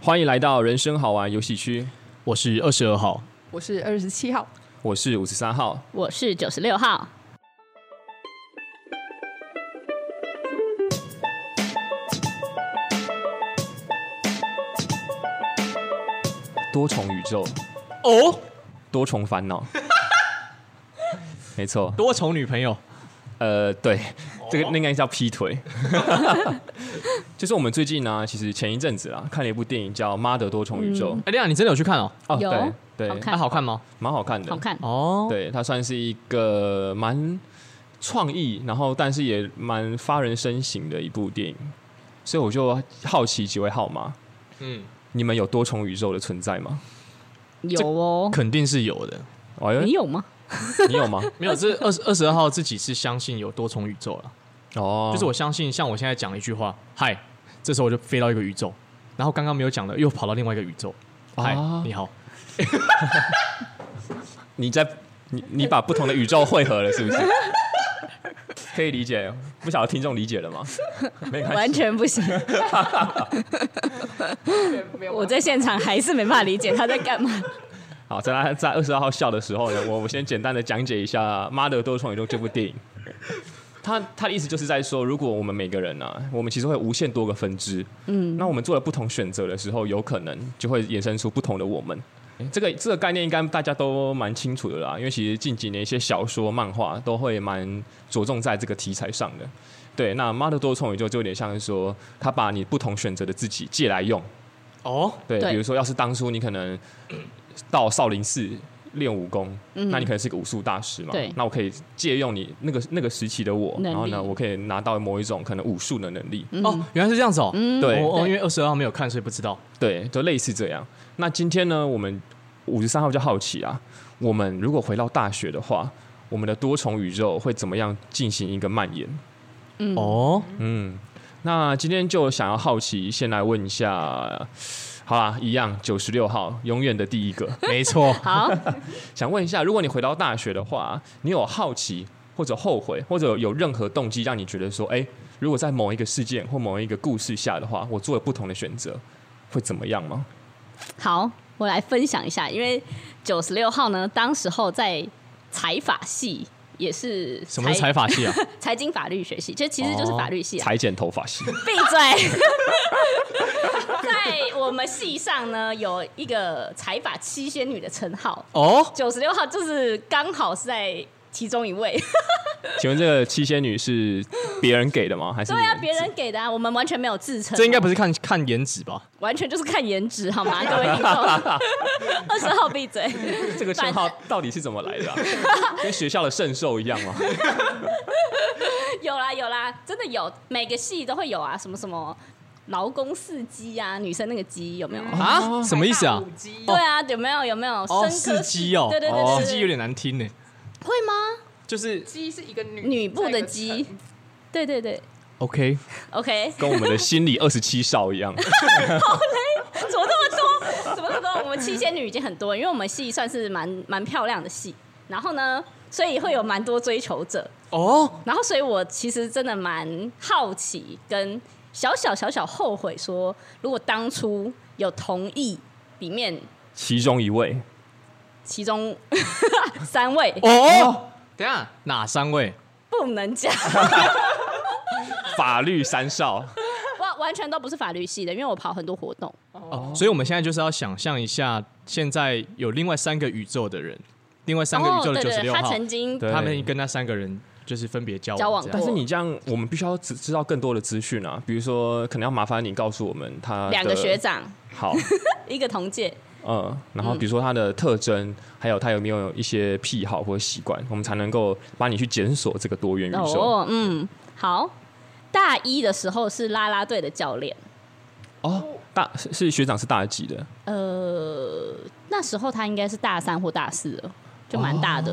欢迎来到人生好玩游戏区，我是二十二号，我是二十七号，我是五十三号。我是九十六号，多重宇宙，哦，多重烦恼。 没错，多重女朋友，呃，对，这个那应该叫劈腿。 就是我们最近呢、其实前一阵子啊，看了一部电影叫《妈的多重宇宙》哎、亮，你真的有去看哦？哦，嗯有对好对，看啊好看吗？蛮好看的，好看。哦，对，它算是一个蛮创意，然后但是也蛮发人深省的一部电影，所以我就好奇几位号码，嗯，你们有多重宇宙的存在吗？有哦，肯定是有的。哎呦，你有吗？你有吗？ 没有，这二十二十二号自己是相信有多重宇宙了，哦，就是我相信，像我现在讲一句话，嗨，这时候我就飞到一个宇宙，然后刚刚没有讲的又跑到另外一个宇宙，哦嗨，啊你好，你在你你把不同的宇宙汇合了，是不 是？可以理解，不晓得听众理解了吗？没关系，完全 不行，我在现场还是没办法理解他在干嘛。好，在他在二十二号笑的时候呢，我我先简单的讲解一下《妈的多重宇宙》这部电影。他他的意思就是在说，如果我们每个人呢、啊，我们其实会无限多个分支，嗯，那我们做了不同选择的时候，有可能就会衍生出不同的我们。这个这个概念应该大家都蛮清楚的啦，因为其实近几年一些小说、漫画都会蛮着重在这个题材上的。对，那《妈的多重宇宙》就有点像是说，他把你不同选择的自己借来用，哦，对，对比如说，要是当初你可能到少林寺练武功，那你可能是个武术大师嘛。嗯对那我可以借用你那个那个时期的我，能力然后呢，我可以拿到某一种可能武术的能力。嗯哦，原来是这样子哦，对哦，哦因为二十二号没有看，所以不知道。对，就类似这样。那今天呢，我们五十三号就好奇啊，我们如果回到大学的话，我们的多重宇宙会怎么样进行一个蔓延？哦，嗯，那今天就想要好奇，先来问一下，好啦，一样九十六号，永远的第一个。没 错，好，想问一下，如果你回到大学的话，你有好奇或者后悔，或者有任何动机让你觉得说，哎、如果在某一个事件或某一个故事下的话，我做了不同的选择，会怎么样吗？好，我来分享一下，因为九十六号呢，当时候在财法系，也是什么是财法哦系啊？财经法律学系，这其实就是法律系啊。裁剪头发系，闭嘴！在我们系上呢，有一个财法七仙女的称号， 哦，九十六号就是刚好是在其中一位。请问这个七仙女是别人给的吗？还是对你啊，们别人给的啊，我们完全没有自称哦、这应该不是看看颜值吧？完全就是看颜值 好吗？各位听众，二十号闭嘴。 这个称号到底是怎么来的、啊？跟学校的圣兽一样吗？有啦有啦，真的有，每个系都会有啊，什么什么劳工四机啊，女生那个机有没有？啊，什么意思啊？对啊，有没有有没有？哦，哦生科四鸡哦，对对对哦对，四鸡有点难听呢，会吗？就是鸡是一个女女部的鸡，对对对 OK， ，OK，跟我们的心理二十七少一样。 怎么那么多？怎么那么多？我们七仙女已经很多，因为我们系算是蛮蛮漂亮的系，然后呢，所以会有蛮多追求者，哦，然后，所以我其实真的蛮好奇，跟小小小小后悔说，如果当初有同意里面其中一位其中 三位哦，等一下哪三位？不能讲， 法律三少，完完全都不是法律系的，因为我跑很多活动。哦，所以我们现在就是要想象一下，现在有另外三个宇宙的人，另外三个宇宙哦的对九十对对，六他号，曾经对他们跟那三个人就是分别交往交往这但样过是你这样，我们必须要知知道更多的资讯啊，比如说，可能要麻烦你告诉我们啊他的两个学，长，好，一个同届，嗯，然后比如说他的特征，还有他有没有一些癖好或者习惯，我们才能够帮你去检索这个多元宇宙。哦，嗯，好。大一的时候是啦啦队的教练，哦，大是是学长是大几 的？呃，那时候他应该是大三或大四了，就蛮大的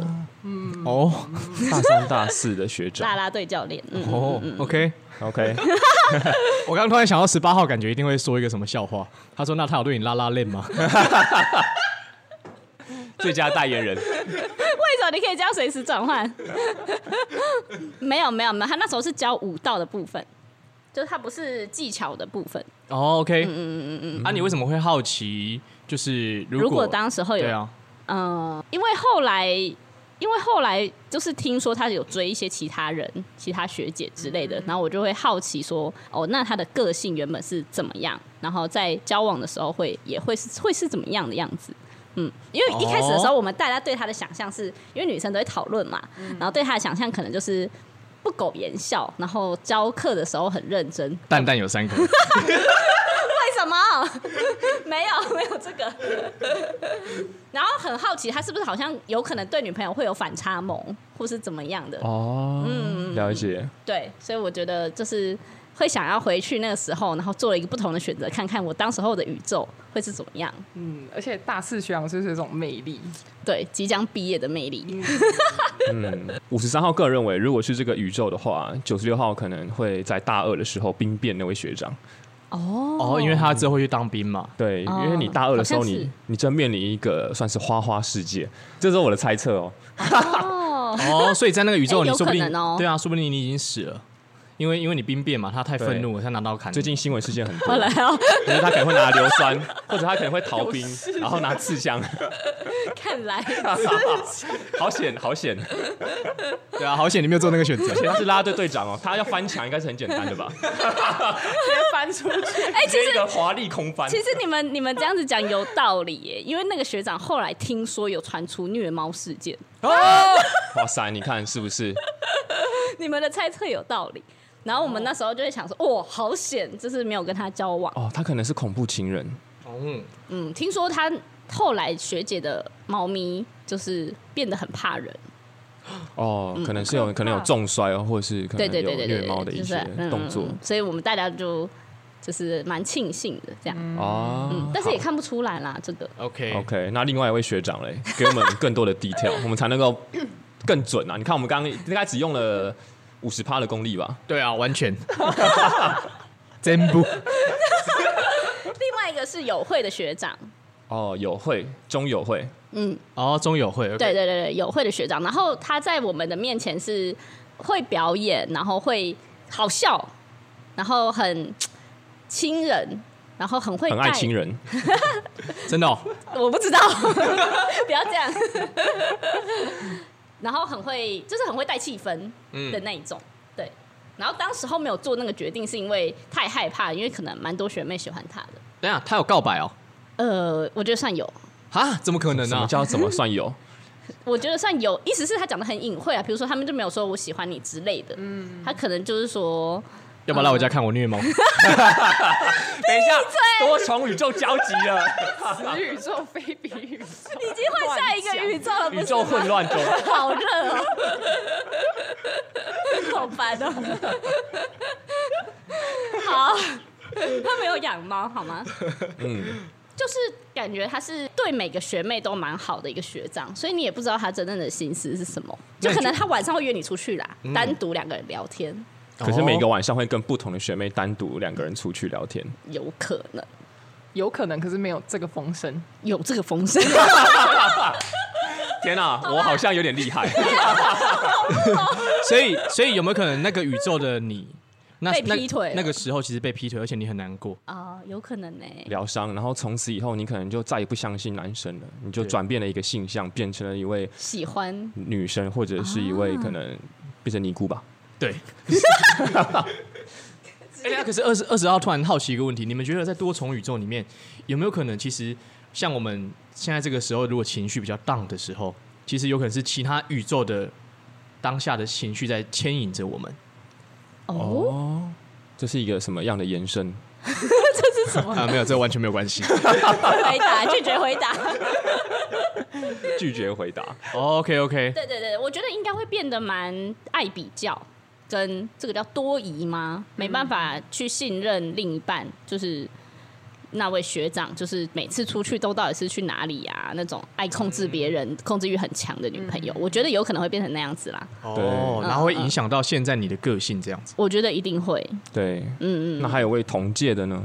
哦嗯大三大四的学啦长。啦队教练。嗯，哦，OK， OK，我刚刚突然想到十八号，感觉一定会说一个什么笑话。他说：“那他有对你拉拉链吗 最佳代言人。为什么你可以这样随时转换？ 没有没有没有，他那时候是教武道的部分，就是他不是技巧的部分。？”哦，OK，嗯嗯嗯嗯，啊，你为什么会好奇？就是如果如果当时候有对啊，嗯，因为后来，因为后来就是听说他有追一些其他人、其他学姐之类的，然后我就会好奇说，哦，那他的个性原本是怎么样？然后在交往的时候会也会是会是怎么样的样子？嗯，因为一开始的时候，哦我们大家对他的想象是，因为女生都会讨论嘛，然后对他的想象可能就是不苟言笑，然后教课的时候很认真。蛋蛋有三颗，为什么？ 没有， 没有这个。然后很好奇，他是不是好像有可能对女朋友会有反差萌，或是怎么样的？哦，嗯了解。对，所以我觉得就是会想要回去那个时候，然后做了一个不同的选择，看看我当时候的宇宙会是怎么样。嗯，而且大四学长就是有一种魅力，对，即将毕业的魅力。五十三号个人认为，如果是这个宇宙的话，九十六号可能会在大二的时候兵变那位学长。哦哦，因为他之后会去当兵嘛，对，哦因为你大二的时候好像你，是你正面临一个算是花花世界，这是我的猜测哦。哦，哦，所以在那个宇宙，哎你有说不定可能哦对啊，说不定你已经死了，因为因为你兵变嘛，他太愤怒了，他拿刀砍你。最近新闻事件很我多，来哦， 就是他可能会拿硫酸，或者他可能会逃兵，然后拿刺 枪，看来好险好险！而对啊，好险你没有做那个选择。且 他是拉队队长哦，他要翻墙应该是很简单的吧？翻出 去， 哎、其这实个华丽空翻其，实你们你们这样子讲有道理耶，因为那个学长后来听说有传出虐猫事件，哇塞，你看是不是？你们的猜测有道理。然后我们那时候就会想说，哦，好险，就是没有跟他交往。哦，他可能是恐怖情人，嗯，嗯，听说他后来学姐的猫咪就是变得很怕人，哦，可能是有可怕可能有重摔哦，或者是可嗯对能对有对对对，虐猫的一就是些嗯动作嗯所以我们大家就就是蛮庆幸的这样，哦嗯，。但是也看不出来啦，这个 OK， OK，那另外一位学长嘞，给我们更多的 detail，我们才能够更准啊！你看我们刚刚应该只用了五十趴的功力吧？对啊，完全， 真不另外一个是友会的学长，哦，有会中有会，嗯，哦，中友会，OK 对对对对，友会的学长，然后他在我们的面前是会表演，然后会好笑，然后很亲人，然后很会很爱带亲，人，真的哦，我不知道， 不要这样。然后很会，就是很会带气氛的那一种，对。然后当时候没有做那个决定，是因为太害怕，因为可能蛮多学妹喜欢他的。等一下他有告白哦，呃，我觉得算有，啊，怎么可能什么呢？叫怎么算有？我觉得算有，意思是他讲的很隐晦啊，比如说他们就没有说我喜欢你之类的，嗯，他可能就是 说，要不要来我家看我 虐猫？等一下，多重宇宙交集啊了，此宇宙非彼宇宙，已已经换下一个宇宙了， 不宇是宙混乱中。好热 哦，好烦 哦。好，他没有养猫好吗？嗯，就是感觉他是对每个学妹都蛮好的一个学长，所以你也不知道他真正的心思是什么，就可能他晚上会约你出去啦，单独两个人聊天，可是每个晚上会跟不同的学妹单独两个人出去聊天，有可 能有可能，可是没有这个风声，哦有这个风声。 天哪，我好像有点 厉害，所以所以有没有可能那个宇宙的你，那被那劈腿了那个时候其实被劈腿，而且你很难过，啊、有可能呢、疗伤，然后从此以后你可能就再也不相信男生了，你就对转变了一个性向，变成了一位喜欢女生，或者是一位啊可能变成尼姑吧。对。哎、欸，可是二十二十号突然好奇一个问题，你们觉得在多重宇宙里面有没有可能，其实像我们现在这个时候，如果情绪比较 down 的时候，其实有可能是其他宇宙的当下的情绪在牵引着我们。哦，哦，这是一个什么样的延伸？这是什么啊，没有，这完全没有关系。回答？拒绝回答。拒绝回答。 OK OK，对对对，我觉得应该会变得蛮爱比较，跟这个叫多疑吗？没办法去信任另一半，就是那位学长，就是每次出去都到底是去哪里啊？那种爱控制别人、控制欲很强的女朋友，我觉得有可能会变成那样子啦。哦，然后会影响到现在你的个性这样子。我觉得一定会，对，嗯嗯。那还有位同届的呢？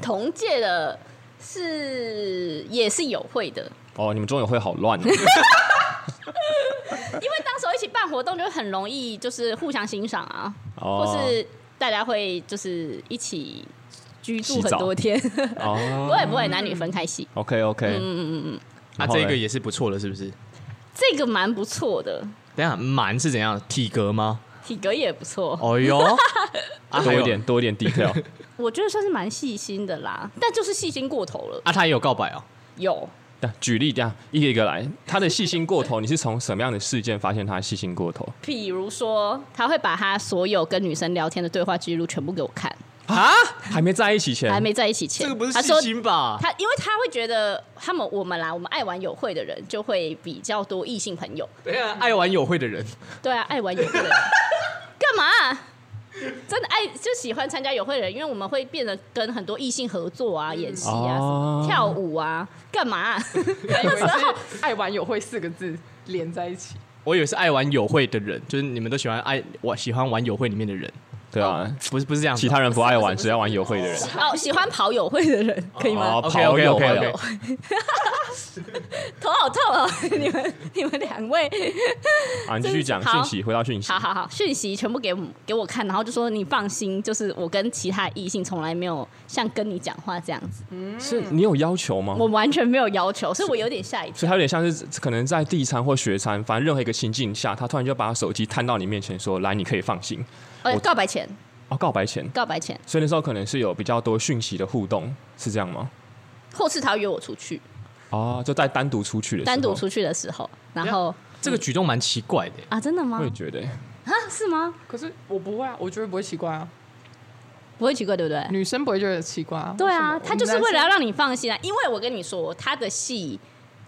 同届的是也是有会的，哦，你们中友会好乱、哦。 因为当时候一起办活动，就很容易就是互相欣赏啊，哦或是大家会就是一起居住洗很澡多天，不哦 会不会，男女分开洗。 ，OK OK，嗯嗯嗯那、啊这个也是不错的，是不是？这个蛮不错的，等一下蛮是怎样？体格吗？体格也不错，哦哟，啊嗯多还有一点多一点 detail，我觉得算是蛮细心的啦，但就是细心过头了。啊，他也有告白哦。有，但举例这样一个一个来，他的细心过头，你是从什么样的事件发现他细心过头？比如说他会把他所有跟女生聊天的对话记录全部给我看，啊，还没在一起前，还没在一起前，这个不是他细说心吧？他，因为他会觉得他们我们啦，我们爱玩友会的人就会比较多异性朋友。等一下，啊爱玩友会的人，对啊，爱玩友会的人干嘛啊、真的爱就喜欢参加友会的人，因为我们会变得跟很多异性合作啊、演戏啊、哦跳舞啊、干嘛啊、 还以为是爱玩友会四个字连在一起，我以为是爱玩友会的人，就是你们都喜欢爱我喜欢玩友会里面的人，对啊，不是不是这样子其哦。他人不爱玩，只要玩友会 的人，哦，喜欢跑友会的人可以吗？哦， OK，跑 OK，友 OK，会 OK 哦，头好痛哦， 你们你们两位，啊，你继续讲好讯息，回到讯息好，好好，讯息全部给我们给我看，然后就说你放心，就是我跟其他异性从来没有像跟你讲话这样子，是你有要求吗？我完全没有要求，所以我有点吓一跳。所以他有点像是可能在地餐或学餐，反正任何一个情境下，他突然就把手机摊到你面前说：“来，你可以放心。呃，我告白前，”哦，告白前，告白前，所以那时候可能是有比较多讯息的互动，是这样吗？或是他约我出去，哦，就在单独出去的时候单独，出去的时候，然后这个举动蛮奇怪的。啊，真的吗我也？觉得欸啊，是吗？可是我不会啊，我觉得不会奇怪啊，不会奇怪，对不对？女生不会觉得奇怪啊。对啊为什，么他就是我们为了男要生让你放心啊，因为我跟你说，他的戏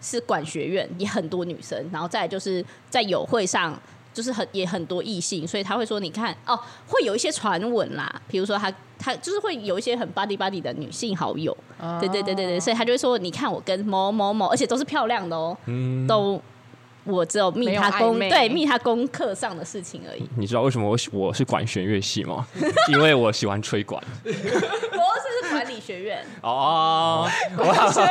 是管学院，也很多女生，然后再来就是在友会上，就是很也很多异性，所以他会说，你看哦，会有一些传闻啦，比如说他他就是会有一些很 body body 的女性好友，啊对对对对对，所以他就会说，你看我跟某某某，而且都是漂亮的哦，都。我只有密没有他功暧昧对密他功课上的事情而 已，你知道为什么我喜我是管弦乐系吗？ 因为我喜欢吹管。我哦是是管理学院，哦，管弦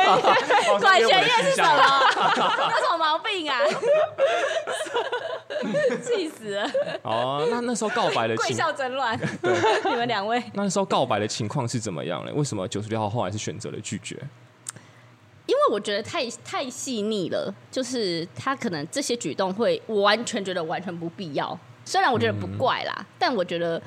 乐是什么？ 有什么毛病啊？气死了！哦，那那时候告白的 贵情，校争乱， 你们两位，那时候告白的情况是怎么样呢？为什么九十六号后来是选择了拒绝？因为我觉得太太细腻了，就是他可能这些举动会，我完全觉得完全不必要。虽然我觉得不怪啦，但我觉得。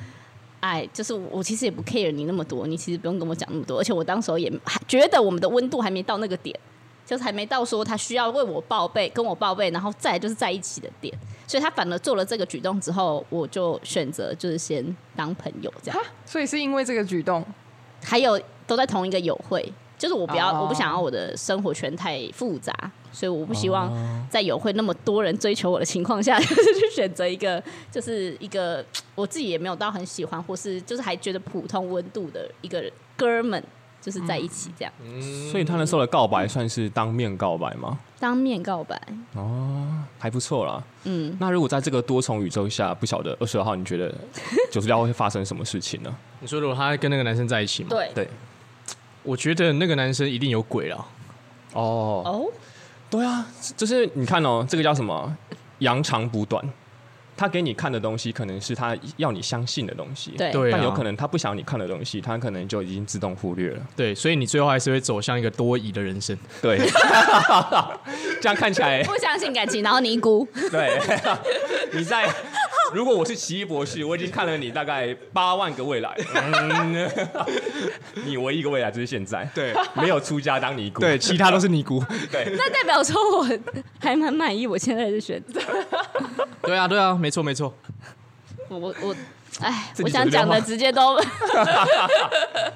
哎，就是我我其实也不 care 你那么多，你其实不用跟我讲那么多，而且我当时候也还觉得我们的温度还没到那个点，就是还没到说他需要为我报备、跟我报备，然后再来就是在一起的点，所以他反而做了这个举动之后，我就选择就是先当朋友这样。哈，所以是因为这个举动，还有都在同一个友会，就是我不要，哦我不想要我的生活圈太复杂，所以我不希望哦在友会那么多人追求我的情况下， 就是去选择一个就是一个我自己也没有到很喜欢，或是就是还觉得普通温度的一个哥们，就是在一起这样、所以他那时候的告白算是当面告白吗？当面告白。还不错啦。嗯，那如果在这个多重宇宙下，不晓得二十二号，你觉 得九十六号会发生什么事情呢？你说如果他跟那个男生在一起吗？，对，对，我觉得那个男生一定有鬼了。哦，哦，对啊，就是你看哦，这个叫什么？扬长补短。他给你看的东西，可能是他要你相信的东西，对对啊但有可能他不想你看的东西，他可能就已经自动忽略 了。对，所以你最后还是会走向一个多疑的人生。对， 这样看起 来， 不相信感情，然后尼姑， 对， 你在。如果我是奇异博士，我已经看了你大概八万个未 来，嗯、 你唯一一个未来就是现在， 对没有出家当尼姑，对，其他都是尼姑。对，那代表说我还蛮满意我现在的选择。对啊，对啊，没错没错。我我我，哎，自己我走想就讲的好直 接都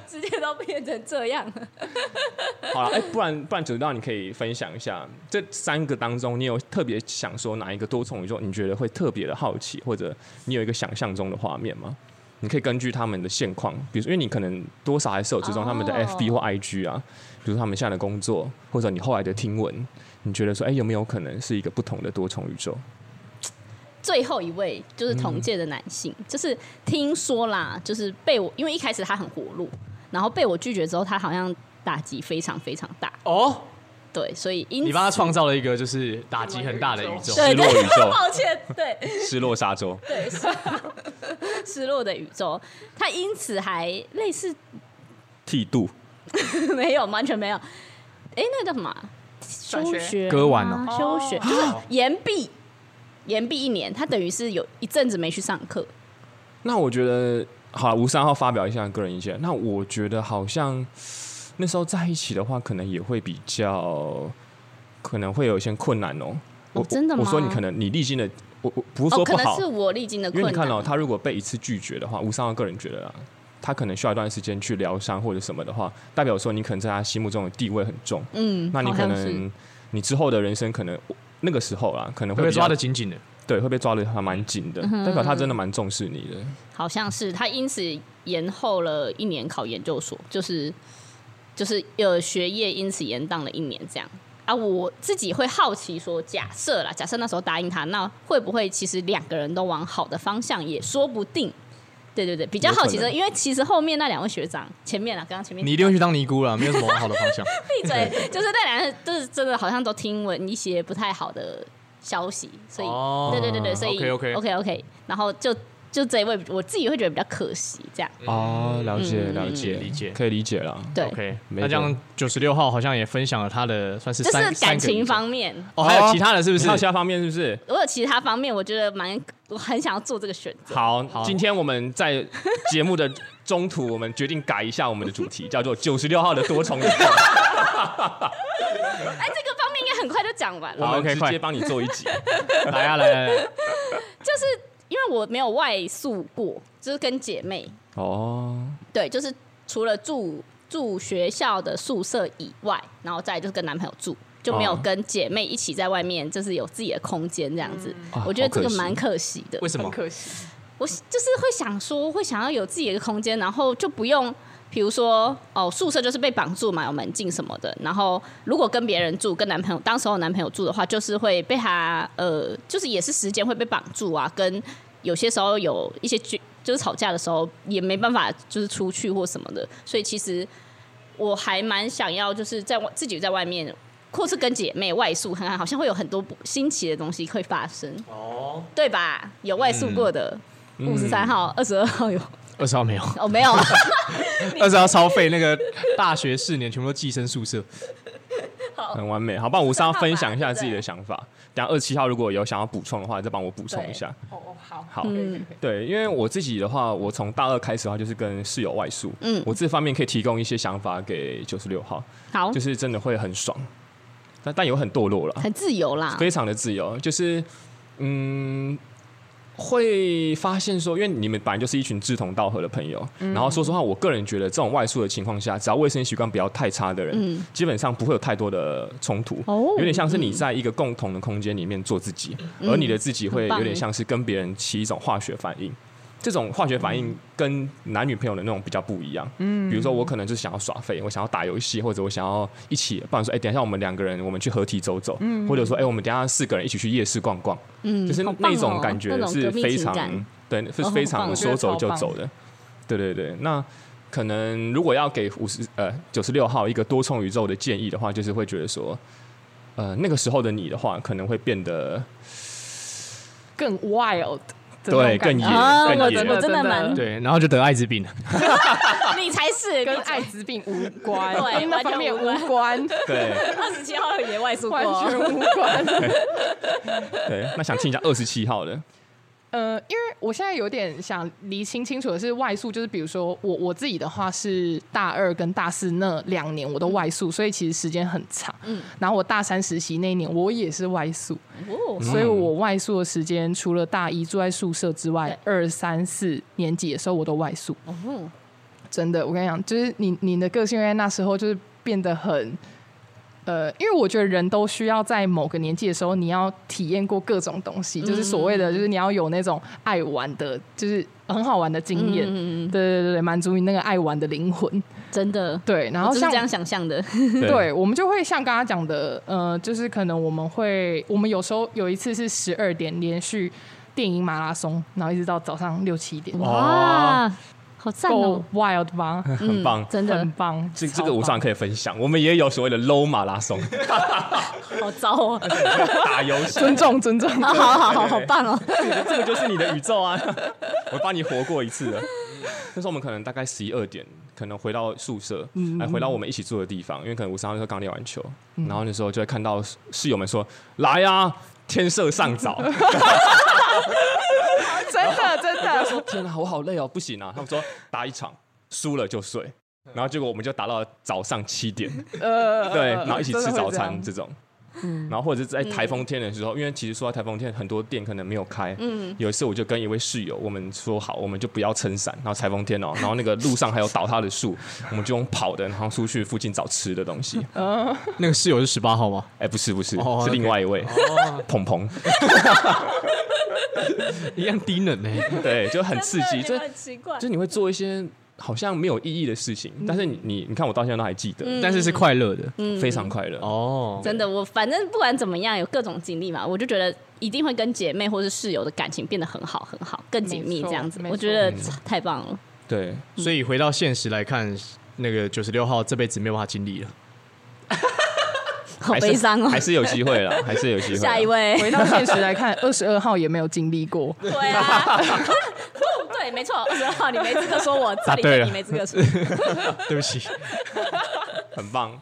直接都变成这样了。好了，哎、不然不然，九道你可以分享一下这三个当中，你有特别想说哪一个多重宇宙你觉得会特别的好奇，或者你有一个想象中的画面吗？你可以根据他们的现况，比如说，因为你可能多少还是有追踪他们的哦 FB 或 IG 啊，比如说他们现在的工作，或者你后来的听闻，你觉得说，哎、有没有可能是一个不同的多重宇宙？最后一位就是嗯同届的男性，就是听说啦，就是被我因为一开始他很活络，然后被我拒绝之后，他好像打击非常非常大，哦，对，所以因你此帮他创造了一个就是打击很大的宇宙。对对失落宇宙抱歉，对失落沙洲， 对 失失落的宇宙，他因此还类似剃度， 没有，完全没有。哎，那个叫什么啊？转休学学割腕吗哦休学就是延毕，延毕一年，他等于是有一阵子没去上课。那我觉得，好，吴三号发表一下个人意见。那我觉得好像那时候在一起的话，可能也会比较，可能会有一些困难哦。我真的吗我说你可能你历经的，我我不是哦，说可不能好，是我历经的因困为难。你看哦，他如果被一次拒绝的话，吴三号个人觉得啦，啊他可能需要一段时间去疗伤或者什么的话，代表说你可能在他心目中的地位很重。嗯，那你好可像是能你之后的人生可能那个时候啦，可能会被比较抓的紧紧的。对，会被抓的还蛮紧嗯的，代表他真的蛮重视你的。好像是他因此延后了一年考研究所，就是就是呃学业因此延宕了一年这样。啊，我自己会好奇说，假设啦，假设那时候答应他，那会不会其实两个人都往好的方向，也说不定。对对对，比较好奇有可的，能因为其实后面那两位学长，前面啊，刚刚前面你一定会去当尼姑了，没有什么往好的方向。 闭嘴，就是那两人就是真的好像都听闻一些不太好的消息，所以、哦对对对对，所以 OK，OK OK OK，然后就就这一位，我自己会觉得比较可惜，这样哦，了解嗯 了理解理解可以理解了。对 OK，没那这样九十六号好像也分享了他的算是这三是感情方面。哦，还有其他的是不是还？有其他方面是不是？如果其他方面，我觉得蛮，我很想要做这个选择。好，好今天我们在节目的中途，我们决定改一下我们的主 题，叫做九十六号的多重宇宙。 哎，这个方面应该很快就讲完我了，好们，OK，直快接帮你做一集。来啊来来来，因为我没有外宿过，就是跟姐妹， 哦，对，就是除了住住学校的宿舍以外，然后再来就是跟男朋友住，就没有哦跟姐妹一起在外面，就是有自己的空间这样子。啊我觉得好可这个惜蛮可惜 的。为什么很？可惜，我就是会想说，会想要有自己的一个空间，然后就不用，比如说哦，宿舍就是被绑住嘛，有门禁什么的。然后如果跟别人住，跟男朋友，当时候男朋友住的话，就是会被他呃，就是也是时间会被绑住啊，跟有些时候有一些决就是吵架的时候也没办法就是出去或什么的，所以其实我还蛮想要就是在外自己在外面。或是跟姐妹外宿看看，好像会有很多不新奇的东西会发生，哦，对吧？有外宿过的，五十三号、二十二号有二十号没有，哦，没有啊，二十号超费那个 大学四年全部都寄生宿舍。很完美。好，帮吴三号分享一下自己对的想法。等下二七号如果有想要补充的话，再帮我补充一下。哦哦，好，好可以可以可以对，因为我自己的话，我从大二开始的话，就是跟室友外宿。嗯我这方面可以提供一些想法给九十六号，好就，是真的会很爽，但但也很堕落了。很自由啦，非常的自由，就是嗯，会发现说，因为你们本来就是一群志同道合的朋友，嗯然后说实话，我个人觉得这种外宿的情况下，只要卫生习惯不要太差的人，基本上不会有太多的冲突。嗯哦嗯有点像是你在一个共同的空间里面做自己，而你的自己会很棒欸有点像是跟别人起一种化学反应。这种化学反应嗯跟男女朋友的那种比较不一样。嗯，比如说我可能就是想要耍废，我想要打游戏，或者我想要一起，不然说，哎、等一下我们两个人我们去合体走走，或者说，哎、我们等一下四个人一起去夜市逛逛，嗯，就是好棒那哦种感觉那种是革命非情常感对，是哦非很棒常说走就走的。对对对，那可能如果要给五十呃九十六号一个多重宇宙的建议的话，就是会觉得说，呃，那个时候的你的话，可能会变得更 wild，的对那种感更觉野啊，更我野我真的蛮，对，然后就得艾滋病了。你才是跟艾滋病无关，对跟那方面无关，对二十七号 也外宿 过，完全无关。 对。那想听一下二十七号的， 呃，因为我现在有点想厘清清楚的是，外宿就是比如说我我自己的话是大二跟大四那两年我都外宿，所以其实时间很长。嗯，然后我大三实习那一年我也是外宿，哦所以我外宿的时间除了大一住在宿舍之外，二三四年级的时候我都外宿。哦真的，我跟你讲，就是你你的个性在那时候就是变得很，呃，因为我觉得人都需要在某个年纪的时候，你要体验过各种东西，就是所嗯谓的，就是你要有那种爱玩的，就是很好玩的经验，嗯嗯嗯对对对对，满足你那个爱玩的灵魂，真的，对，然我后哦就是像这样想象的，对对，我们就会像刚刚讲的，呃，就是可能我们会，我们有时候有一次是十二点连续电影马拉松，然后一直到早上六七哦点，哇，好赞够哦， wild 吧？很棒。真的很棒，这这超个我棒上可以分享，我们也有所谓的 low 马拉松好糟哦，打游戏，尊重尊 重。好好好好好棒哦，这个就是你的宇宙啊！我帮你活过一次了。那时候我们可能大概十一二点，可能回到宿舍，哎，回到我们一起住的地方，因为可能五三号那时候刚练完球，然后那时候就会看到室室友们说：“来呀，天色尚早。”真的真他说的，：“天啊，我好累哦，不行啊。”他们说：“打一场，输了就睡。”然后结果我们就打到早上七点，呃，对，然后一起吃真的早会这样嗯餐这种。然后或者是在台风天的时候，因为其实说到台风天，很多店可能没有开。嗯有一次我就跟一位室友，我们说好，我们就不要撑伞，然后台风天哦，然后那个路上还有倒塌的树，我们就用跑的，然后出去附近找吃的东 西。那个室友是十八号吗？哎，不是不是，哦是另 OK 哦外一位鹏鹏，一样低能欸呢、对，就很刺激，就真的很奇怪就。你会做一些好像没有意义的事情，但是嗯你你你看我到现在都还记得，但是是快乐的非常快乐。哦。真的，我反正不管怎么样，有各种经历嘛，我就觉得一定会跟姐妹或是室友的感情变得很好，很好，更紧密没错这样子没，错我觉得太棒了。对，所以回到现实来看，那个九十六号这辈子没有办法经历了。好还是悲伤哦还。是有机会 了，还是有机会啦。啊下一位，回到现实来看，二十二号也没有经历过，对啊， 不对，没错，二十二号，你没资格说我，这里对面了你没资格说。对不起，很棒。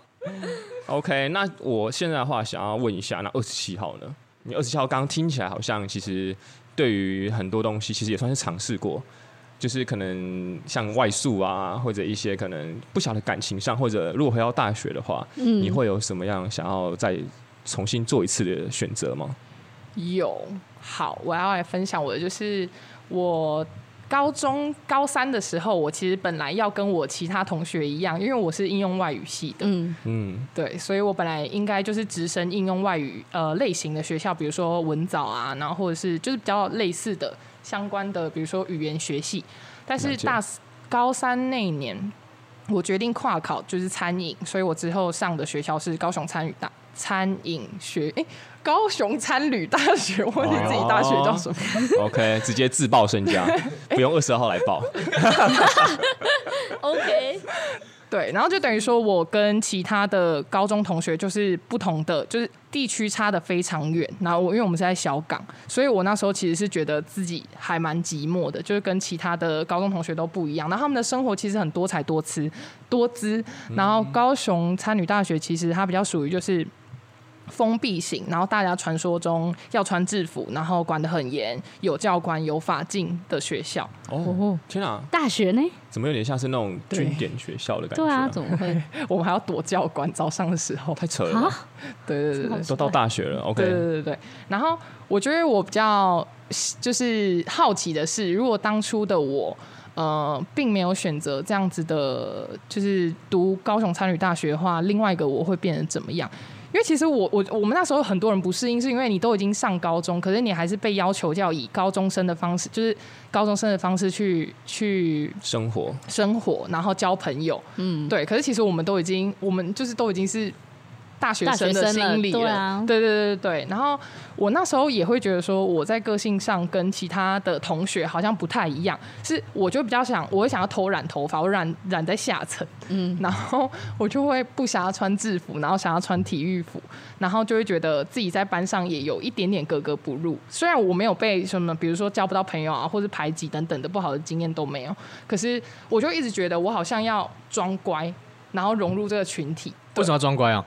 OK，那我现在的话想要问一下，那二十七号呢？你二十七号刚刚听起来好像其实对于很多东西其实也算是尝试过，就是可能像外宿啊，或者一些可能不晓得感情上，或者如果回到大学的话，嗯你会有什么样想要再重新做一次的选择吗？有，好，我要来分享我的，就是我高中高三的时候，我其实本来要跟我其他同学一样，因为我是应用外语系的， 嗯，嗯，对，所以我本来应该就是直升应用外语呃类型的学校，比如说文藻啊，然后或者是就是比较类似的相关的，比如说语言学系。但了是解大四高三那一年，我决定跨考就是餐饮，所以我之后上的学校是高雄餐旅大餐饮学，诶，高雄餐旅大学，我忘记自己大学哦叫什么。 OK，直接自报身家，不用二十二号来报。 OK，对，然后就等于说我跟其他的高中同学就是不同的，就是地区差的非常远。然后我因为我们是在小港，所以我那时候其实是觉得自己还蛮寂寞的，就是跟其他的高中同学都不一样。然后他们的生活其实很多彩多姿多姿。然后高雄参女大学其实它比较属于就是。封闭型，然后大家传说中要穿制服，然后管得很严，有教官有法镜的学校。 哦，天啊，大学呢？怎么有点像是那种军典学校的感觉、对啊，怎么会我们还要躲教官，早上的时候。太扯了吧。啊？对对对对，都到大学了对，OK，对对对。然后我觉得我比较就是好奇的是，如果当初的我。呃，并没有选择这样子的，就是读高雄参旅大学的话，另外一个我会变成怎么样？因为其实我我我们那时候很多人不适应，是因为你都已经上高中，可是你还是被要求要以高中生的方式，就是高中生的方式去去生活生活，然后交朋友。嗯，对。可是其实我们都已经，我们就是都已经是大学生的大学生了心理对啊对对对对。然后我那时候也会觉得说，我在个性上跟其他的同学好像不太一样，是我就比较想，我会想要偷染头发，我染染在下层，嗯，然后我就会不想要穿制服，然后想要穿体育服，然后就会觉得自己在班上也有一点点格格不入。虽然我没有被什么，比如说交不到朋友啊，或是排挤等等的不好的经验都没有，可是我就一直觉得我好像要装乖，然后融入这个群体。为什么要装乖啊？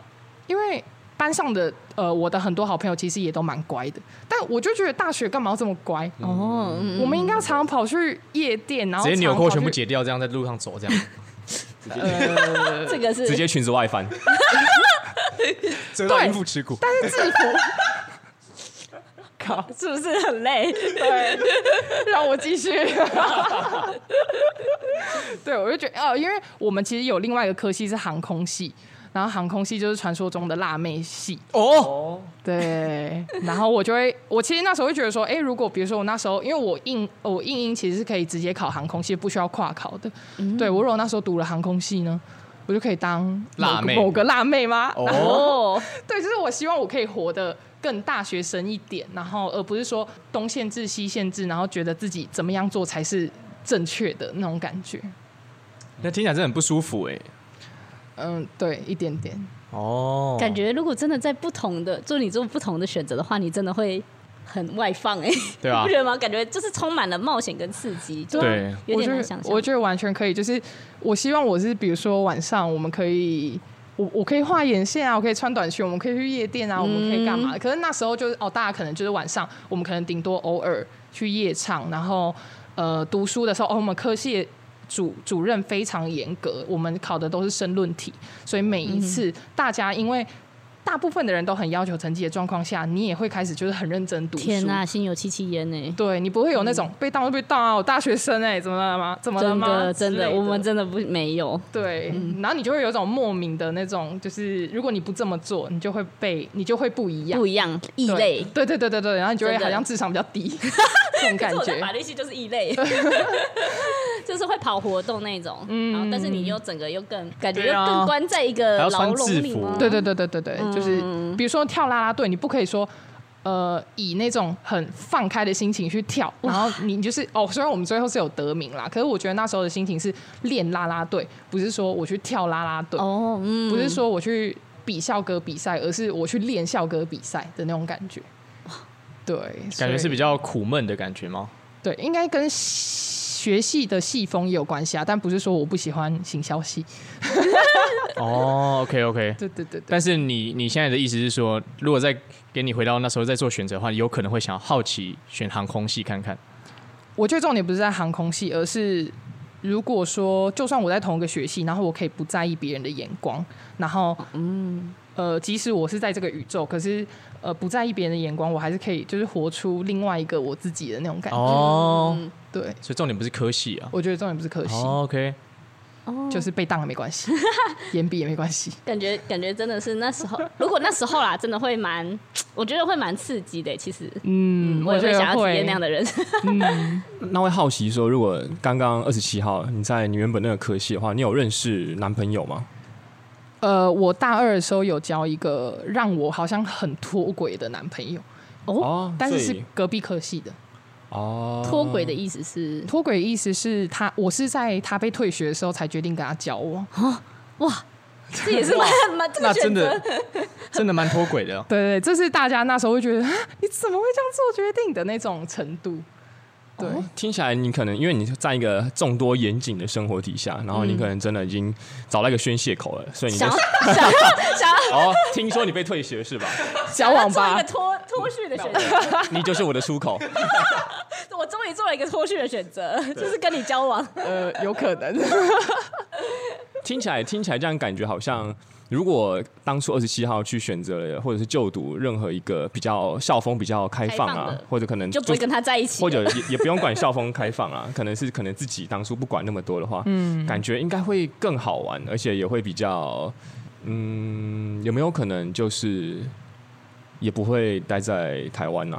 因为班上的呃，我的很多好朋友其实也都蛮乖的，但我就觉得大学干嘛要这么乖？哦，嗯我们应该要常常跑去夜店，然后直接纽扣全部解。解掉，这样在路上走，这样 这个是直接裙子外翻，遮到到对衣衣服服耻骨。但是制服，靠，是不是很累？对，让我继续。 对，我就觉得哦，因为我们其实有另外一个科系是航空系，然后航空系就是传说中的辣妹系。哦，对，然后我就会，我其实那时候会觉得说，哎、如果比如说我那时候，因为我应我应英其实是可以直接考航空系，不需要跨考的。对我如果那时候读了航空系呢，我就可以当某辣个妹某个辣妹吗？然后哦，对，就是我希望我可以活得更大学生一点，然后而不是说东限制西限制，然后觉得自己怎么样做才是正确的那种感觉。那听起来真的很不舒服哎。嗯，对，一点点。哦，感觉如果真的在不同的，就你做不同的选择的话，你真的会很外放哎、对啊 你不觉得吗？感觉就是充满了冒险跟刺激，就对有我点觉难得想象。我觉得完全可以，就是我希望我是比如说晚上我们可以。我我可以画眼线啊，我可以穿短裙，我们可以去夜店嗯啊，我们可以干嘛的？可是那时候就是哦，大家可能就是晚上，我们可能顶多偶尔去夜唱，然后呃读书的时候，哦，我们科系主主任非常严格，我们考的都是申论题，所以每一次大家因为大部分的人都很要求成绩的状况下，你也会开始就是很认真读书。天呐、心有戚戚焉欸呢、对你不会有那种被当就被当啊，我大学生哎、怎么了吗？怎么了真吗？的真之类的，的，我们真的嗯不没有。对，然后你就会有一种莫名的那种，就是如果你不这么做，你就会被你就会不一样，不一样，异对类。对对对对对，然后你就会真的好像智商比较低这种感 可是我在觉法。律系就是 异类，就是会跑活动那种，嗯然后但是你又整个又更感觉对又啊更关在一个还要牢穿笼制里服吗？对对对对对对，嗯就是比如说跳啦啦队，你不可以说。呃，以那种很放开的心情去跳，然后你就是哦，虽然我们最后是有得名啦，可是我觉得那时候的心情是练啦啦队，不是说我去跳啦啦队，哦，嗯，不是说我去比校歌比赛，而是我去练校歌比赛的那种感觉。对，感觉是比较较苦闷的感觉吗？对，应该跟学系的系风也有关系啊，但不是说我不喜欢行销系。 哦，OK OK。对对对对，但是你你现在的意思是说，如果再给你回到那时候再做选择的话，你有可能会想要好奇选航空系看看。我觉得重点不是在航空系，而是如果说就算我在同一个学系，然后我可以不在意别人的眼光，然后嗯呃，即使我是在这个宇宙，可是呃不在意别人的眼光，我还是可以就是活出另外一个我自己的那种感觉。哦，对，所以重点不是科系啊。我觉得重点不是科系。哦，OK，哦就是被当了没关 系，延毕也没关系。感觉感觉真的是那时候，如果那时候啦，真的会蛮，我觉得会蛮刺激的。其实，嗯我也觉会得哦想要体验那样的人生。那会好奇说，如果刚刚二十七号你在你原本那个科系的话，你有认识男朋友吗？呃，我大二的时候有交一个让我好像很脱轨的男朋友，哦但是所是以隔壁科系的。哦，脱轨的意思 是，脱轨意思是他，我是在他被退学的时候才决定跟他交往。 哇，这也是蛮蛮这那个真选择的真的蛮脱轨 的哦。对对，这是大家那时候会觉得啊你怎么会这样做决定的那种程度。对，哦听起来你可能因为你在一个众多严谨的生活底下，然后你可能真的已经找到一个宣泄口了，所以你就 嗯想要想要想要哦，听说你被退学是吧？交往做一吧个，脱脱序的选择。你就是我的出口。我终于做了一个脱序的选择，就是跟你交往。呃，有可能。 听起来听起来这样感觉好像，如果当初二十七号去选择了或者是就读任何一个比较校风比较开放开啊放的，或者可能就不会跟他在一起了，或者也也不用管校风开放啊， 可能是可能自己当初不管那么多的话，嗯，感觉应该会更好玩，而且也会比较，嗯，有没有可能就是也不会待在台湾呢、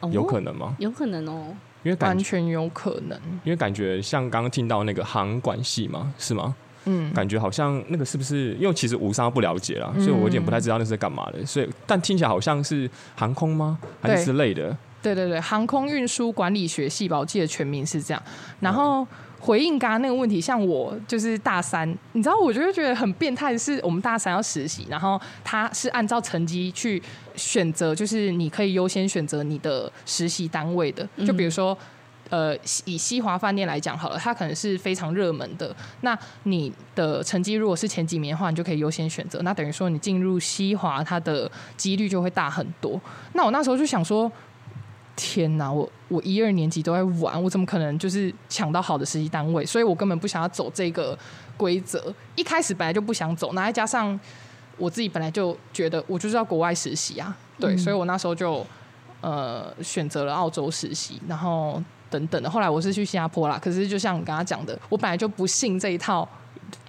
哦有可能吗？有可能哦。因为感完觉，全有可能，因为感觉像刚刚听到那个航管系嘛，是吗？嗯，感觉好像那个是不是？因为其实无伤不了解啦，嗯所以我有点不太知道那是在干嘛的。所以，但听起来好像是航空吗？还是对之类的？对对对，航空运输管理学系吧，我记得全名是这样。然后回应刚刚那个问题，像我就是大三，你知道，我就会觉得很变态，是我们大三要实习，然后他是按照成绩去选择，就是你可以优先选择你的实习单位的，就比如说。呃，以西华饭店来讲好了，它可能是非常热门的。那你的成绩如果是前几名的话，你就可以优先选择。那等于说你进入西华，它的几率就会大很多。那我那时候就想说，天哪，我我一二年级都在玩，我怎么可能就是抢到好的实习单位？所以我根本不想要走这个规则。一开始本来就不想走，那再加上我自己本来就觉得我就是要国外实习啊，对，所以我那时候就呃选择了澳洲实习，然后等等的。后来我是去新加坡啦，可是就像你刚刚讲的，我本来就不信这一套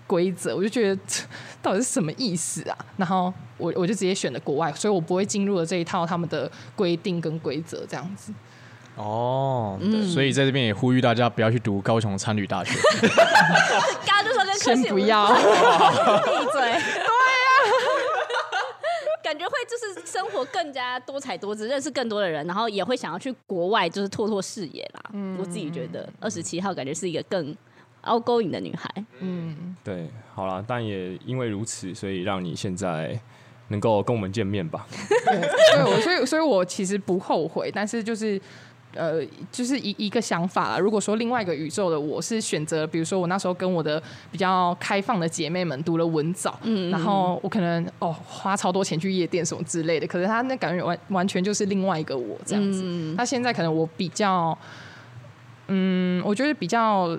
规则，我就觉得 这到底是什么意思啊？然后我我就直接选了国外，所以我不会进入了这一套他们的规定跟规则这样子。哦，所以在这边也呼吁大家不要去读高雄参旅大学。刚刚就说跟科先系不要，闭嘴。对呀、感觉会就是生活更加多彩多姿，认识更多的人，然后也会想要去国外，就是拓拓视野啦。我自己觉得二十七号感觉是一个更 outgoing 的女孩，嗯，对，好啦，但也因为如此，所以让你现在能够跟我们见面 吧。对，我所以所以我其实不后悔，但是就是。呃，就是一一个想法啦。如果说另外一个宇宙的我是选择，比如说我那时候跟我的比较开放的姐妹们读了文藻，然后我可能哦花超多钱去夜店什么之类的，可是他那感觉完完全就是另外一个我这样子。他现在可能我比较，嗯，我觉得比较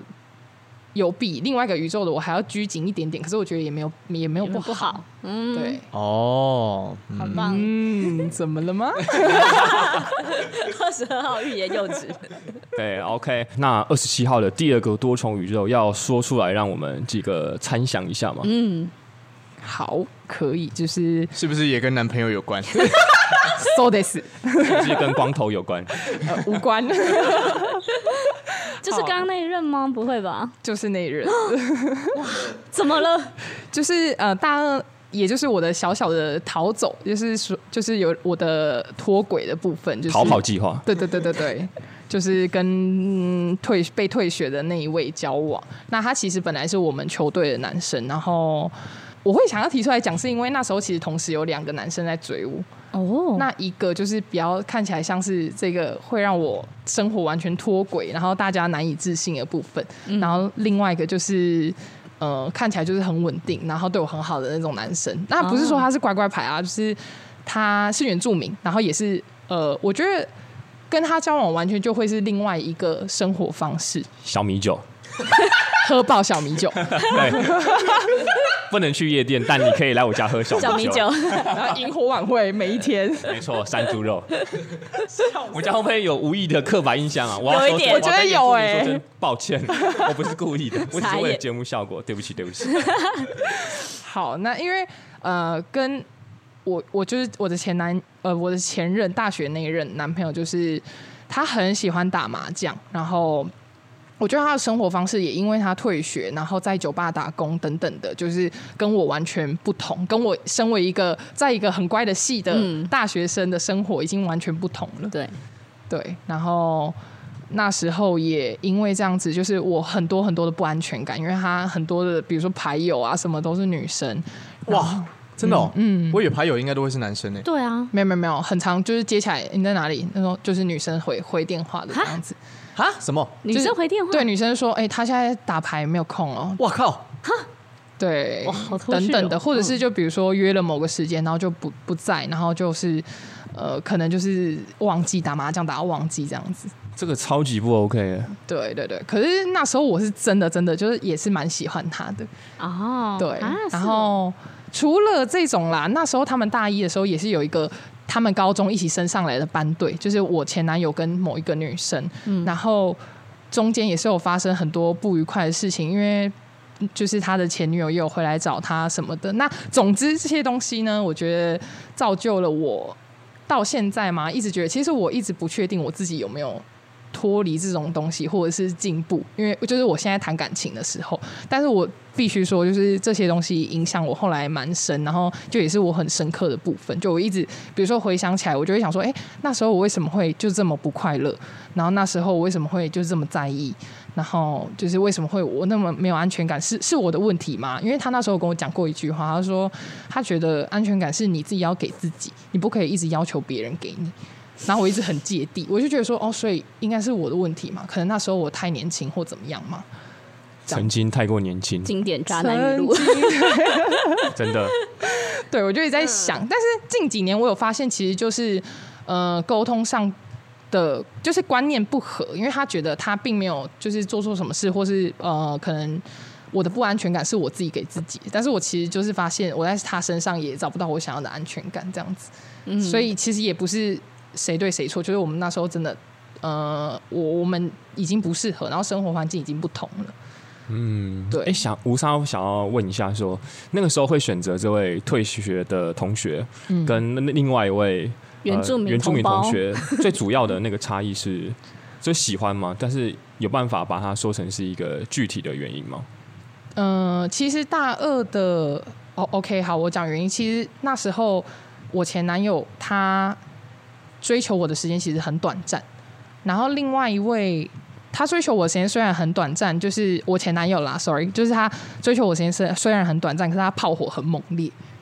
有比另外一个宇宙的我还要拘谨一点点，可是我觉得也没有也没有有不没有不好，嗯，对，哦，嗯好棒，嗯，怎么了吗？二十二号欲言又止，对，OK，那二十七号的第二个多重宇宙要说出来，让我们几个参详一下嘛。嗯，好，可以，就是是不是也跟男朋友有关？ so this 就是跟光头有 关，呃无关， 就是刚刚那一任吗？不会吧？就是那一任，怎么了？就是呃大二，也就是我的小小的逃走，就是说就是有我的脱轨的部分，就是逃跑，计划。对对对对对。就是跟、嗯退被退学的那一位交往，那他其实本来是我们球队的男生，然后我会想要提出来讲，是因为那时候其实同时有两个男生在追我，哦那一个就是比较看起来像是这个会让我生活完全脱轨，然后大家难以置信的部分，然后另外一个就是。呃，看起来就是很稳定，然后对我很好的那种男生。那不是说他是乖乖牌啊，就是他是原住民，然后也是呃，我觉得跟他交往完全就会是另外一个生活方式，小米酒，喝爆小米酒， 对，不能去夜店，但你可以来我家喝小啊小米酒，然后萤火晚会每一天。没错，山猪肉。我家会不会有无意的刻板印象啊？我要有说一点我要我觉得跟有朱欸宇说真抱歉，我不是故意的，我只傻是眼为了节目效果。对不起，对不起。好，那因为呃，跟我我就是我的前男呃，我的前任大学那一任男朋友，就是他很喜欢打麻将，然后我觉得他的生活方式也因为他退学，然后在酒吧打工等等的，就是跟我完全不同，跟我身为一个在一个很乖的系的嗯大学生的生活已经完全不同了。对，对，然后那时候也因为这样子，就是我很多很多的不安全感，因为他很多的，比如说牌友啊什么都是女生，哇，真的哦，嗯，我以为牌友应该都会是男生呢。对啊，没有没有没有，很常就是接起来你在哪里，那种就是女生回回电话的这样子，啊？什么？女生回电话，对，女生说，哎、她现在打牌没有空哦，哇靠！对，哇好脱序等哦等的，或者是就比如说约了某个时间，然后就不不在，然后就是呃，可能就是忘记打麻将，打到忘记这样子。这个超级不 OK 的。对对对，可是那时候我是真的真的就是也是蛮喜欢他的，哦，对，啊然是哦后除了这种啦，那时候他们大一的时候也是有一个他们高中一起升上来的班队，就是我前男友跟某一个女生，嗯然后中间也是有发生很多不愉快的事情，因为。就是他的前女友也有回来找他什么的。那总之这些东西呢，我觉得造就了我到现在嘛，一直觉得其实我一直不确定我自己有没有脱离这种东西，或者是进步。因为就是我现在谈感情的时候，但是我必须说，就是这些东西影响我后来蛮深，然后就也是我很深刻的部分。就我一直，比如说回想起来，我就会想说，哎、那时候我为什么会就这么不快乐？然后那时候我为什么会就这么在意？然后就是为什么会我那么没有安全感？是是我的问题吗？因为他那时候跟我讲过一句话，他说他觉得安全感是你自己要给自己，你不可以一直要求别人给你。然后我一直很芥蒂，我就觉得说，哦，所以应该是我的问题嘛？可能那时候我太年轻或怎么样嘛？这样曾经太过年轻，经典渣男语录，曾经真的。 对，我就一直在想，但是近几年我有发现，其实就是呃沟通上的就是观念不合，因为他觉得他并没有就是做错什么事，或是呃可能我的不安全感是我自己给自己，但是我其实就是发现我在他身上也找不到我想要的安全感，这样子，嗯所以其实也不是谁对谁错，就是我们那时候真的。呃，我我们已经不适合，然后生活环境已经不同了。嗯，对哎、想吴莎想要问一下说那个时候会选择这位退学的同学，嗯跟那另外一位呃原住民原住民同胞同学最主要的那个差异是，就喜欢嘛，但是有办法把它说成是一个具体的原因吗？嗯，其实大二的哦，OK，好，我讲原因。其实那时候我前男友他追求我的时间其实很短暂，然后另外一位他追求我的时间虽然很短暂，就是我前男友啦，sorry，就是他追求我的时间虽虽然很短暂，可是他炮火很猛烈。哦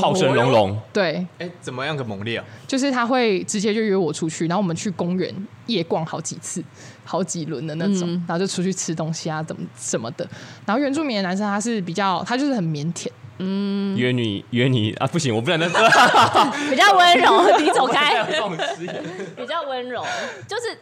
炮声隆隆，对，哎，怎么样个猛烈啊？就是他会直接就约我出去，然后我们去公园夜逛好几次、好几轮的那种，嗯然后就出去吃东西啊，怎么什么的。然后原住民的男生他是比较，他就是很腼腆，约你约你啊，不行，我不能那比较 温柔，你走开，种东西比较温柔，就是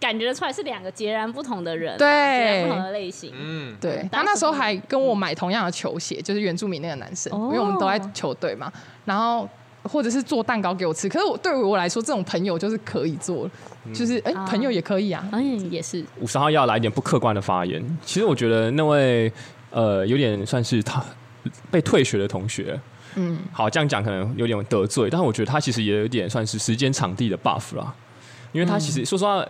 感觉得出来是两个截然不同的人，截然对不同的类型。嗯，对嗯他那时候还跟我买同样的球鞋，就是原住民那个男生，哦因为我们都在球队嘛，然后。或者是做蛋糕给我吃，可是我对于我来说，这种朋友就是可以做，就是哎、啊朋友也可以啊，嗯，也是， 五十号要来一点不客观的发言。其实我觉得那位呃，有点算是他被退学的同学。嗯，好，这样讲可能有点得罪，但是我觉得他其实也有点算是时间场地的 buff 啦，因为他其实、说实话，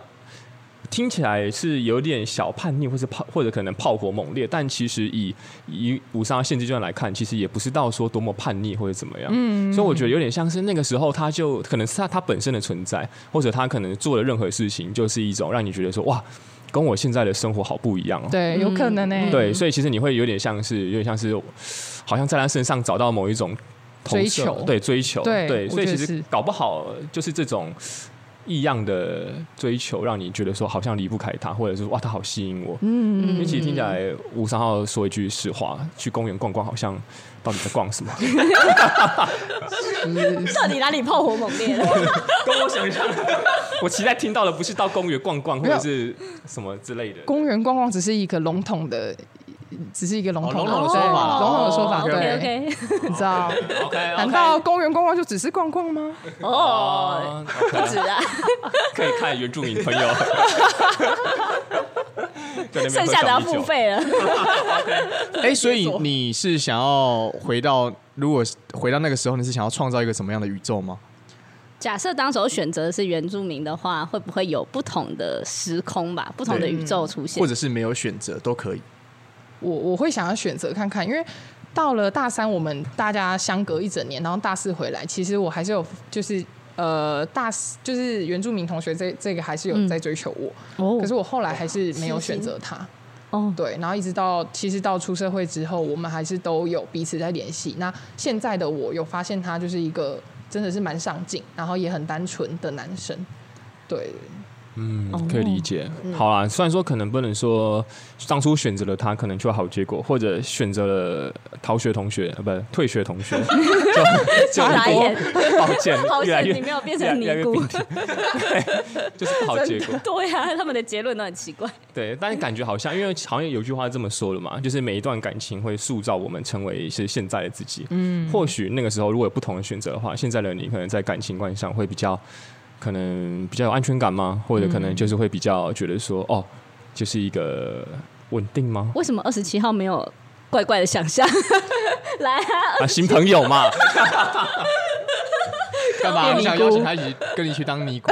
听起来是有点小叛逆，或是炮或者可能炮火猛烈，但其实以以五三限制卷来看，其实也不是到说多么叛逆或者怎么样。嗯，所以我觉得有点像是那个时候，他就可能是他他本身的存在，或者他可能做的任何事情，就是一种让你觉得说哇，跟我现在的生活好不一样哦。对，有可能呢、对，所以其实你会有点像是，有点像是，好像在他身上找到某一种投射追求对追求，对我所以觉其得实是搞不好就是这种异样的追求，让你觉得说好像离不开他，或者是哇，他好吸引我。因为嗯，其实听起来，吴三号说一句实话，去公园逛逛，好像到底在逛什么？嗯到底哪里炮火猛烈了？跟我想象， 我期待听到的不是到公园逛逛，或没有者是什么之类的。公园逛逛只是一个笼统的，只是一个笼统哦笼统的对说法啦笼统的说法， OK 对， OK，你知道？ OK，难道公园逛逛就只是逛逛吗？哦，不 止啊，可以看原住民 朋友？在那边喝剩下的小要米酒付。费了。哎，所以你是想要回到，如果是回到那个时候，你是想要创造一个什么样的宇宙吗？假设当时候选择的是原住民的话，会不会有不同的时空吧，不同的对宇宙出现或？者是没有选择都可以？我我会想要选择看看，因为到了大三，我们大家相隔一整年，然后大四回来，其实我还是有就是呃大四就是原住民同学这这个还是有在追求我，哦可是我后来还是没有选择他。哦，对，然后一直到其实到出社会之后，我们还是都有彼此在联系。那现在的我有发现他就是一个真的是蛮上进，然后也很单纯的男生。对，嗯，可以理解。好啦，虽然说可能不能说当初选择了他，可能就有好结果，或者选择了逃学同学，呃，不，退学同学， 就就傻眼，抱 歉，好越来险越你没有变成越来尼越姑病。就是不好结果。 对呀、他们的结论都很奇怪。对，但是感觉好像，因为好像有句话这么说的嘛，就是每一段感情会塑造我们成为是现在的自己。嗯，或许那个时候如果有不同的选择的话，现在的你可能在感情观上会比较，可能比较有安全感吗？或者可嗯能就是会比较觉得说，哦，就是一个稳定吗？为什么二十七号没有怪怪的想象？ 来啊，啊，新朋友嘛，干嘛？变你尼想姑邀请他一起跟你去当尼姑？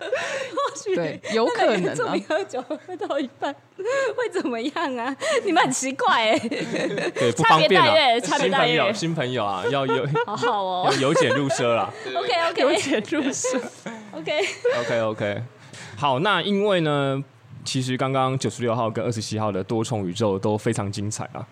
或许 对有可能啊原住民喝酒喝到一半 会怎么样啊？你们很奇怪哎、对，不差方别便待啊遇，差别新待朋遇友，新朋友啊，要 有好好哦要。由俭入奢啦。 OK OK，有解入手。OK， OK OK，好，那因为呢，其实刚刚九十六号跟二十七号的多重宇宙都非常精彩啊。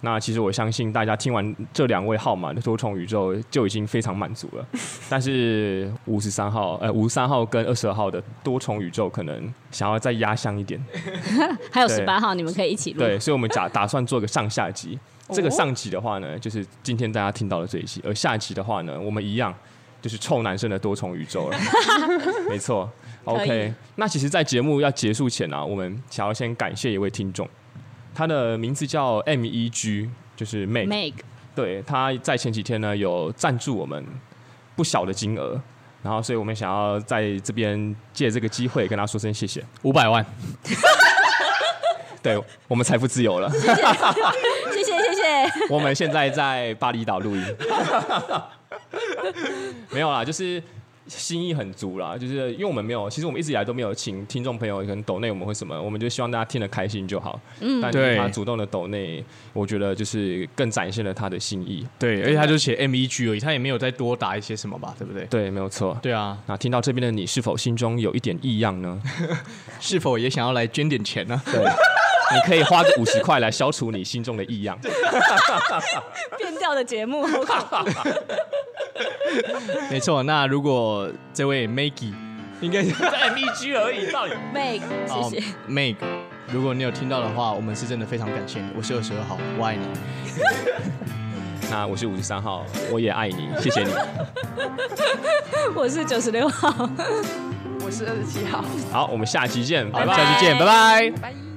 那其实我相信大家听完这两位号码的多重宇宙就已经非常满足了，但是五十三号、呃五十三号跟二十二号的多重宇宙可能想要再压箱一点，还有对十八号，你们可以一起录。对，所以我们 打打算做个上下集。哦这个上集的话呢，就是今天大家听到的这一集，而下集的话呢，我们一样就是臭男生的多重宇 宙了。没错可以，OK。那其实，在节目要结束前啊，我们想要先感谢一位听众，他的名字叫 M E G，就是 Meg。 Make 对，他在前几天呢有赞助我们不小的金额，然后所以我们想要在这边借这个机会跟他说声谢谢。 五百万。对我们财富自由了。谢谢谢谢。我们现在在巴厘岛录音，没有啦，就是心意很足啦，就是因为我们没有，其实我们一直以来都没有请听众朋友可能抖内我们会什么，我们就希望大家听得开心就好。嗯，但对他主动的抖内，我觉得就是更展现了他的心意。对，而且他就写 M E G 而已，他也没有再多打一些什么吧，对不对？对，没有错。对啊，那听到这边的你，是否心中有一点异样呢？是否也想要来捐点钱呢、对，你可以花个五十块来消除你心中的异样。变调的节目，好恐怖 没错。那如果这位 Maggie 应该是 M E G 而已，到底妹，谢谢。哦 Meg，如果你有听到的话，我们是真的非常感谢你。我是二十二号，我爱你。那我是五十三号，我也爱你，谢谢你。 我是九十六号。我是二十七号，好，我们下期见，拜我们拜。下期见，拜拜。拜。